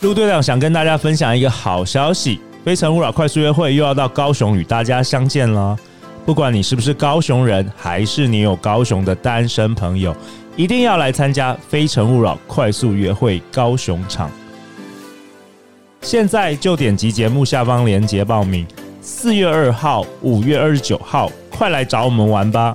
陆队长想跟大家分享一个好消息，《非诚勿扰》快速约会又要到高雄与大家相见了。不管你是不是高雄人，还是你有高雄的单身朋友，一定要来参加《非诚勿扰》快速约会高雄场。现在就点击节目下方链接报名。四月二号、五月二十九号，快来找我们玩吧！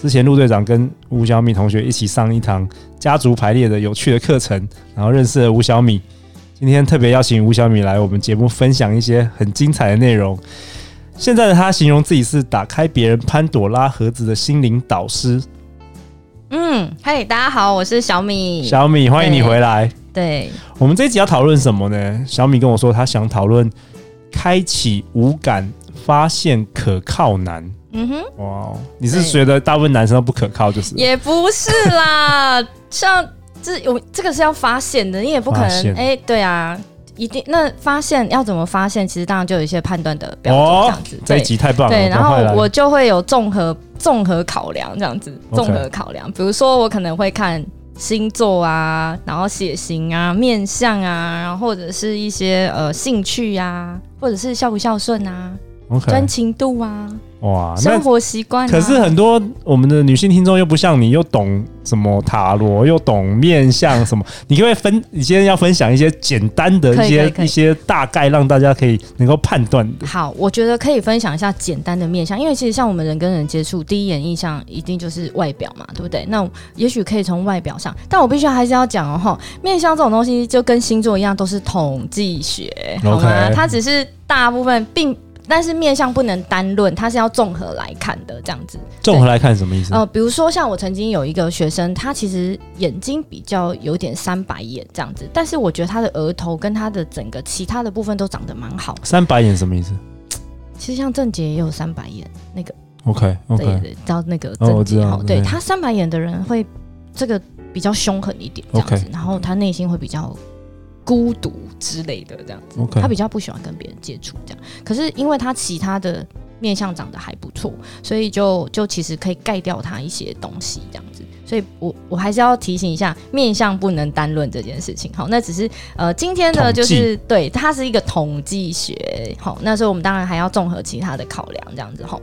之前陆队长跟吴小米同学一起上一堂家族排列的有趣的课程，然后认识了吴小米。今天特别邀请吴小米来我们节目分享一些很精彩的内容。现在的他形容自己是打开别人潘朵拉盒子的心灵导师。嗯，嘿，大家好，我是小米。小米，欢迎你回来。对，我们这一集要讨论什么呢？小米跟我说，他想讨论开启无感，发现可靠男。嗯哼，哇哦，你是觉得大部分男生都不可靠，就是也不是啦， 像这有这个是要发现的，你也不可发现能哎、对啊，一定那发现要怎么发现？其实当然就有一些判断的标准这样子。哦这一对集太棒了。对，然赶快来后我就会有综合综合考量这样子， OK 综合考量，比如说我可能会看星座啊，然后血型啊、面相啊，然后或者是一些呃兴趣啊，或者是孝不孝顺啊、专 OK 情度啊。哇，那生活习惯、啊。可是很多我们的女性听众又不像你，又懂什么塔罗，又懂面相什么，你可不可以分？你今天要分享一些简单的可一以些可以可以一些大概，让大家可以能够判断的。好，我觉得可以分享一下简单的面相，因为其实像我们人跟人接触，第一眼印象一定就是外表嘛，对不对？那也许可以从外表上，但我必须还是要讲哦，吼，面相这种东西就跟星座一样，都是统计学，好吗 OK 它只是大部分并。但是面相不能单论，它是要综合来看的，这样子。综合来看什么意思？呃，比如说像我曾经有一个学生，他其实眼睛比较有点三白眼这样子，但是我觉得他的额头跟他的整个其他的部分都长得蛮好。三白眼什么意思其实像郑杰也有三白眼，那个？OK 对 OK 对，知道那个哦我郑知杰道哈，对对他三白眼的人会这个比较凶狠一点这样子 OK 然后他内心会比较孤独之类的这样子 OK 他比较不喜欢跟别人接触这样。可是因为他其他的面相长得还不错，所以就就其实可以盖掉他一些东西这样子。所以我我还是要提醒一下，面相不能单论这件事情。好，那只是呃今天统的计就是对它是一个统计学，好，那所以我们当然还要综合其他的考量这样子哈。吼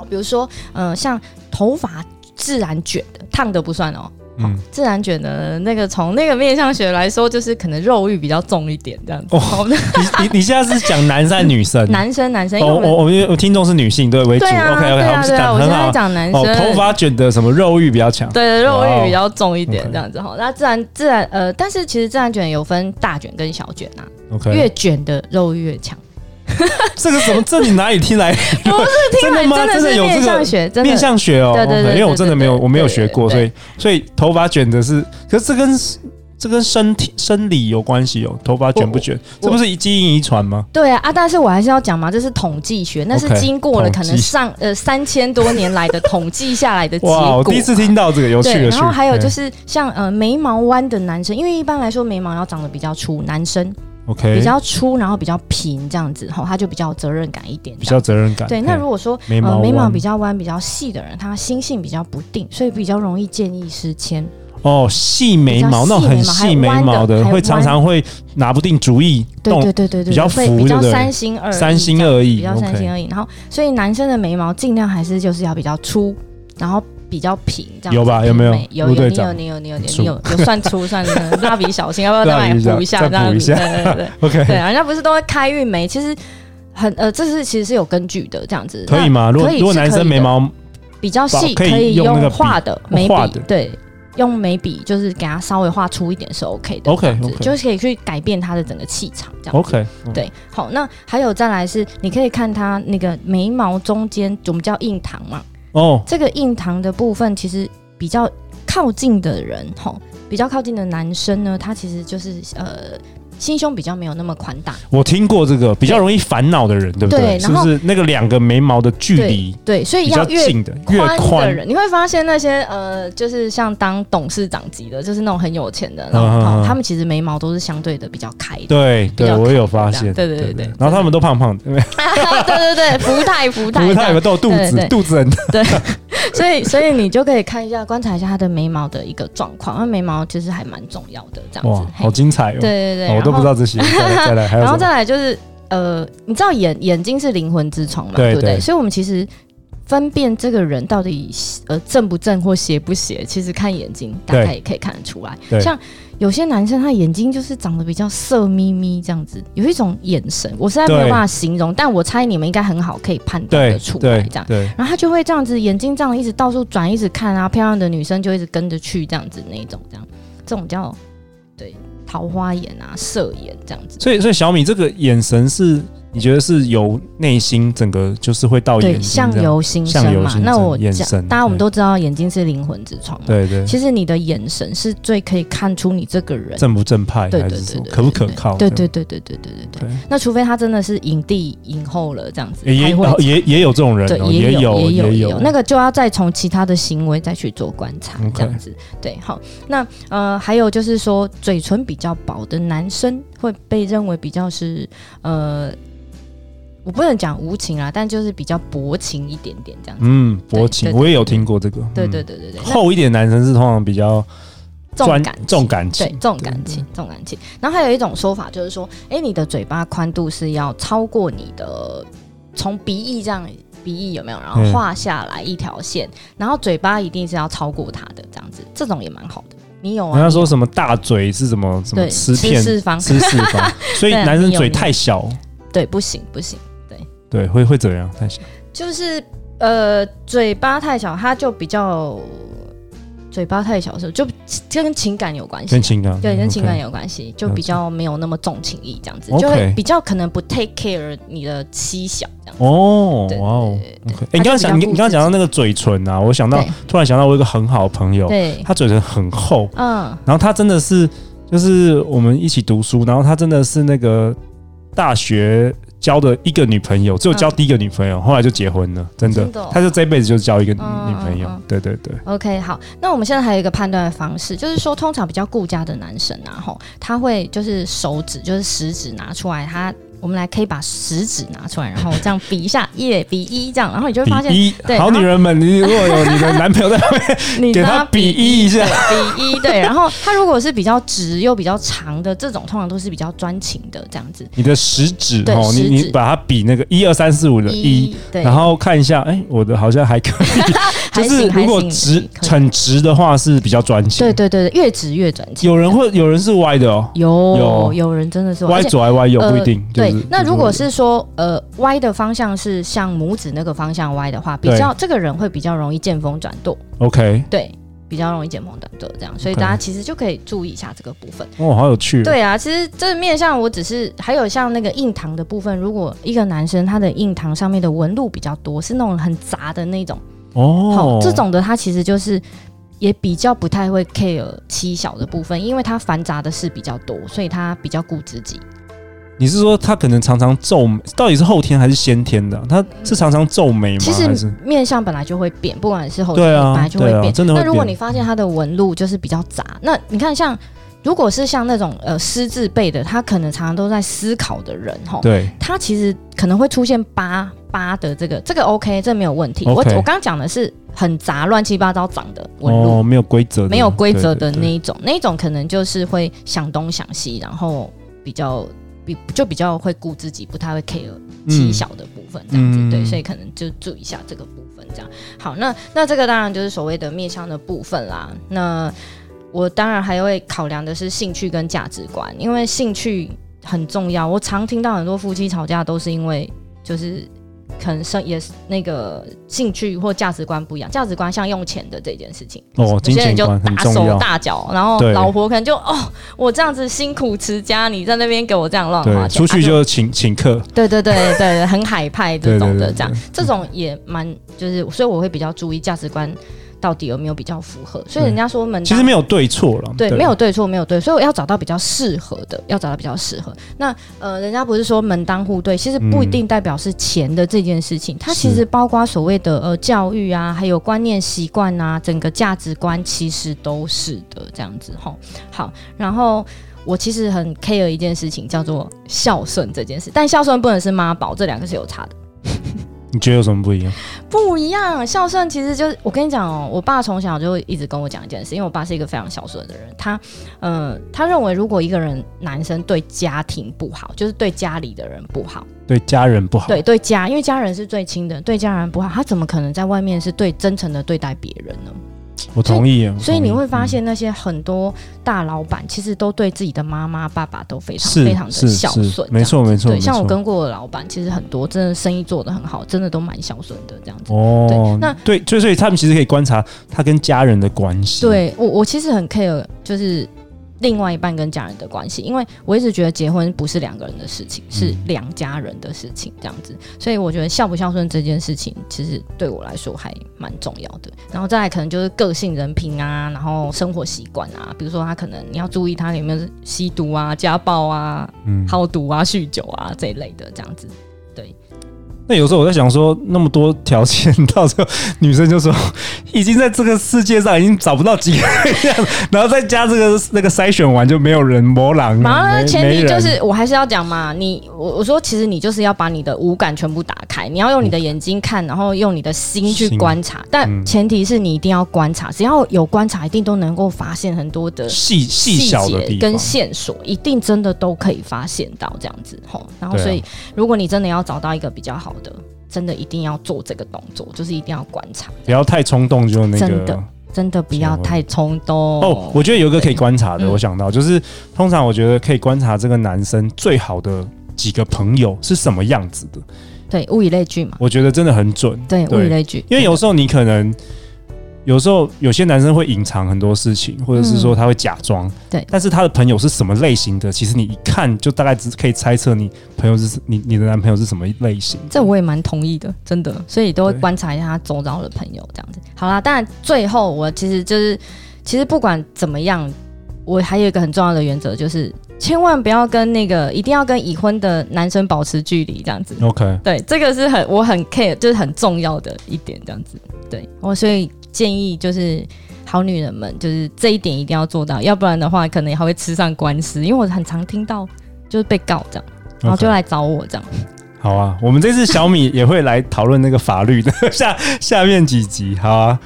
好，比如说呃像头发自然卷的烫的不算哦。好嗯自然卷的那个，从那个面相学来说，就是可能肉欲比较重一点这样子。哦好那你你现在是讲男生还是女生？男生男生，因为哦，我们我我们我听众是女性对为主。对啊 OK 对 OK，我啊们对啊，讲我得现很在好。讲男生哦，头发卷的什么肉欲比较强。对肉哇哦欲比较重一点 OK 这样子哈。那自然自然呃，但是其实自然卷有分大卷跟小卷啊， OK，越卷的肉欲越强。这个什么？这你哪里听来？不是，听真的吗来真真的是有这个面相学， 真面的。相学哦。对对对 OK，因为我真的没有对对对我没有学过，所对以所以头发卷的是，可是这跟这跟身体生理有关系哦。头发卷不卷，我这不是基因遗传吗？对啊，啊，但是我还是要讲嘛，这是统计学，那是 OK，经过了可统能计上呃三千多年来的统计下来的结哇，果。我第一次听到这个，有趣对，有趣。然后还有就对是像呃眉毛弯的男生，因为一般来说眉毛要长得比较粗，男生哎 OK，比较粗，然后比较平这样子，吼，他就比较有责任感一点。比较责任感。对，那如果说眉毛呃眉毛弯比较弯、比较细的人，他心性比较不定，所以比较容易见异思迁。哦，细眉毛比那较种细很眉毛还细眉弯的毛的，还会常弯常会拿不定主意，对动对对对对，比较会浮比就较对了三心二意三心这样二意比较三 OK 心二意。然后，所以男生的眉毛尽量还是就是要比较粗，然后比较平这样子。有吧平有没有眉有陆有队你有长你有你有你粗有你有有算粗算的蜡笔小新，要不要再蜡买笔小补一下？再这样补一子下对对对对 OK 对啊，人家不是都会开运眉，其实。很呃，这是其实是有根据的，这样子可以那吗？如果可以如果是男可生以眉的毛比较细，把可可以以用那个笔哦画的眉画的笔，对，用眉笔就是给它稍微画粗一点是 OK 的 OK，这样子 OK 就是可以去改变它的整个气场这样。 OK，嗯对，好，那还有再来是，你可以看它那个眉毛中间，我们叫印堂嘛，哦，这个印堂的部分其实比较靠近的人，吼，比较靠近的男生呢，他其实就是呃心胸比较没有那么宽大，我听过这个比较容易烦恼的人，对不对是然不后是那个两个眉毛的距离对，所以比较要越近的越宽的宽？人，你会发现那些呃，就是像当董事长级的，就是那种很有钱的，然嗯嗯后、嗯他们其实眉毛都是相对的比较开的，对比对，较我有开发这样现，对对对对然后他们都胖 胖的，因为对对对，福袋 福袋，不太有到肚对子，对肚 子很大。所以所以你就可以看一下观察一下他的眉毛的一个状况，因为眉毛其实还蛮重要的，这样哇子，，嘿好精彩哦！对对对，哦我都然后不知道这些。再 来再来，还有然什么？后再来就是呃，你知道眼眼睛是灵魂之窗嘛，对不对？对所以我们其实分辨这个人到底呃正不正或邪不邪，其实看眼睛大对概也可以看得出对来。像有些男生他眼睛就是长得比较色眯眯这样子，有一种眼神，我实在没有对办法形容，但我猜你们应该很好可以判断对得出来对这样。对，然后他就会这样子，眼睛这样一直到处转，一直看啊，漂亮的女生就一直跟着去这样子那一种，这样这种叫对桃花眼啊、色眼这样子。所以所以小米这个眼神是你觉得是由内心整个就是会到哦眼对，睛相这样由心相生由嘛。心那生我眼神讲，大家我们对都知道，眼睛是灵魂之窗嘛。对对，其实你的眼神是最可以看出你这个人，正不正派对还对是对什么对，可不可对靠？对对对对对对对对。对，那除非他真的是影帝影后了，这样子也哦才会也也也有这种人对哦，，也有也有有那个就要再从其他的行为再去做观察 OK 这样子。对，好，那呃，还有就是说，嘴唇比较薄的男生会被认为比较是呃，我不能讲无情啦，啊但就是比较薄情一点点这样子。嗯，薄对情对对我也有听过这个，对嗯对对对对，那厚一点的男生是通常比较重专感情重感对情，嗯重感情，重感情。然后还有一种说法就是说，哎，你的嘴巴宽度是要超过你的，从鼻翼这样，鼻翼有没有？然后嗯画下来一条线，然后嘴巴一定是要超过它的，这样子，这种也蛮好的。你有啊？人家你说有什么大嘴是什么什么对吃吃片四方吃四 方，所以对啊男生你有嘴你有太小，对，不行不行，对，会会怎么样？太小，就是呃，嘴巴太小，它就比较。嘴巴太小是就跟情感有关系跟，情感对，跟情感有有关系，就嗯了比解较没有那么重情义，这样子 OK 就会比较可能不 take care 你的妻小这样子。哦，对哇哦对对对 OK 诶你刚刚他就讲比较你顾你刚刚自己讲到那个嘴唇啊，我想到对突然想到我有一个很好的朋友，对，他嘴唇很厚，嗯，然后他真的是就是我们一起读书，然后他真的是那个大学交的一个女朋友，只有交嗯第一个女朋友，后来就结婚了，真的，真的哦他就这辈子就交一个女嗯女朋友，嗯嗯对对对， OK，好，那我们现在还有一个判断的方式，就是说，通常比较顾家的男生啊，吼，他会就是手指，就是食指拿出来，他我们来可以把食指拿出来，然后这样比一下，耶，比一这样，然后你就会发现比一对好然后女人们，你如果有你的男朋友在，你给他比一一下 对，比一对，然后他如果是比较直又比较长的这种，通常都是比较专情的这样子，你的食指对哦，你食你指把它比那个一二三四五的一。对，然后看一下，哎，我的好像还可以，就还是行还如果行直可以很直的话是比较专情。对对对对，越直越专情，有人会有人是歪的哦，有有有人真的是歪而且左还歪右不一呃定。就对是，那就如会果有是说呃歪的方向是向拇指那个方向歪的话，比对较这个人会比较容易见风转舵， OK，对，比较容易见风转舵这样，所以 OK 大家其实就可以注意一下这个部分。哦，好有趣哦。对啊，其实这面向我只是还有像那个印堂的部分，如果一个男生他的印堂上面的纹路比较多，是那种很杂的那种，好、哦，这种的他其实就是。也比较不太会 care 妻小的部分，因为他繁杂的事比较多，所以他比较顾自己。你是说他可能常常皱眉，到底是后天还是先天的啊？他是常常皱眉吗？其还实是面相本来就会变，不管是后天对啊本来就会对啊变。真的会那如果变你发现它的纹路就是比较杂，那你看像如果是像那种呃狮字辈的，他可能常常都在思考的人吼，对他其实可能会出现八八的这个这个 OK，这没有问题。 OK 我我刚刚讲的是很杂乱七八糟长的纹路。哦，没有规则的，没有规则对的对那一种，那一种可能就是会想东想西，然后比较比就比较会顾自己，不太会 care 嗯极小的部分这样子，嗯对，所以可能就注意一下这个部分这样。好，那那这个当然就是所谓的面向的部分啦。那我当然还会考量的是兴趣跟价值观，因为兴趣很重要。我常听到很多夫妻吵架都是因为就是。可能生也是那个兴趣或价值观不一样，价值观像用钱的这件事情，哦，有金些人钱就观很大重手要。大脚，然后对老婆可能就哦，我这样子辛苦持家，你在那边给我这样乱花对，钱，出去啊就请请客，对对对对对，很海派对对这嗯种的，对这样这种也蛮就是，所以我会比较注意价值观到底有没有比较符合。所以人家说门其当实没有对错了，对，没有对错，没有对，所以我要找到比较适合的，要找到比较适合。那呃，人家不是说门当户对，其实不一定代表是钱的这件事情，它其是实包括所谓的呃教育啊，还有观念、习惯啊，整个价值观其实都是的这样子吼。好，然后。我其实很 care 一件事情，叫做孝顺这件事，但孝顺不能是妈宝，这两个是有差的。你觉得有什么不一样？不一样，孝顺其实就是我跟你讲哦，我爸从小就一直跟我讲一件事，因为我爸是一个非常孝顺的人，他，呃，他认为如果一个人男生对家庭不好，就是对家里的人不好，对家人不好，对对家，因为家人是最亲的，对家人不好，他怎么可能在外面是对真诚的对待别人呢？我同意啊。所以我同意你会发现，那些很多大老板其实都对自己的妈妈、爸爸都非常是非常的是孝是顺，没错没错对，没像我错跟过的老板，其实很多真的生意做得很好，真的都蛮孝顺的这样子。哦对，那对，所以所以他们其实可以观察他跟家人的关系。，对我，我其实很 care，就是另外一半跟家人的关系，因为我一直觉得结婚不是两个人的事情，是两家人的事情，这样子。所以我觉得孝不孝顺这件事情，其实对我来说还蛮重要的。然后再来可能就是个性、人品啊，然后生活习惯啊，比如说他可能你要注意他有没有吸毒啊、家暴啊、嗯，好赌啊、酗酒啊这一类的，这样子。那有时候我在想说，那么多条件，到时候女生就说已经在这个世界上已经找不到几个人了，然后再加这个那个筛选完就没有人魔 狼了，马上嗯没啊前提就没人是我还是要讲嘛，你我我说其实你就是要把你的五感全部打开，你要用你的眼睛看，然后用你的心去嗯心嗯观察，但前提是你一定要观察，只要有观察，一定都能够发现很多的。细细细小的地方节跟，线索一定真的都可以发现到这样子吼，然后对啊所以如果你真的要找到一个比较好的，真的一定要做这个动作，就是一定要观察，不要太冲动就那真个的。真的不要太冲动哦，我觉得有一个可以观察的，对嗯我想到就是，通常我觉得可以观察这个男生最好的几个朋友是什么样子的，对物以类聚嘛，我觉得真的很准。对对物以类聚，因为有时候你可能，有时候有些男生会隐藏很多事情，或者是说他会假装、嗯对但是他的朋友是什么类型的，其实你一看就大概只可以猜测你朋友是你你的男朋友是什么类型。这我也蛮同意的，真的，所以都会对观察一下他周遭的朋友这样子。好啦，当然最后我其实就是，其实不管怎么样，我还有一个很重要的原则就是，千万不要跟那个一定要跟已婚的男生保持距离这样子。 OK，对，这个是很我很 care，就是很重要的一点这样子。对我所以建议就是。好女人们，就是这一点一定要做到，要不然的话，可能还会吃上官司。因为我很常听到，就是被告这样，然后就 OK 来找我这样。好啊，我们这次小米也会来讨论那个法律的下下面几集，好啊。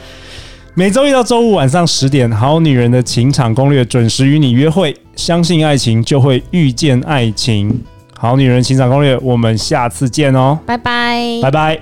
每周一到周五晚上十点，《好女人的情场攻略》准时与你约会。相信爱情，就会遇见爱情。《好女人情场攻略》，我们下次见哦，拜拜，拜拜。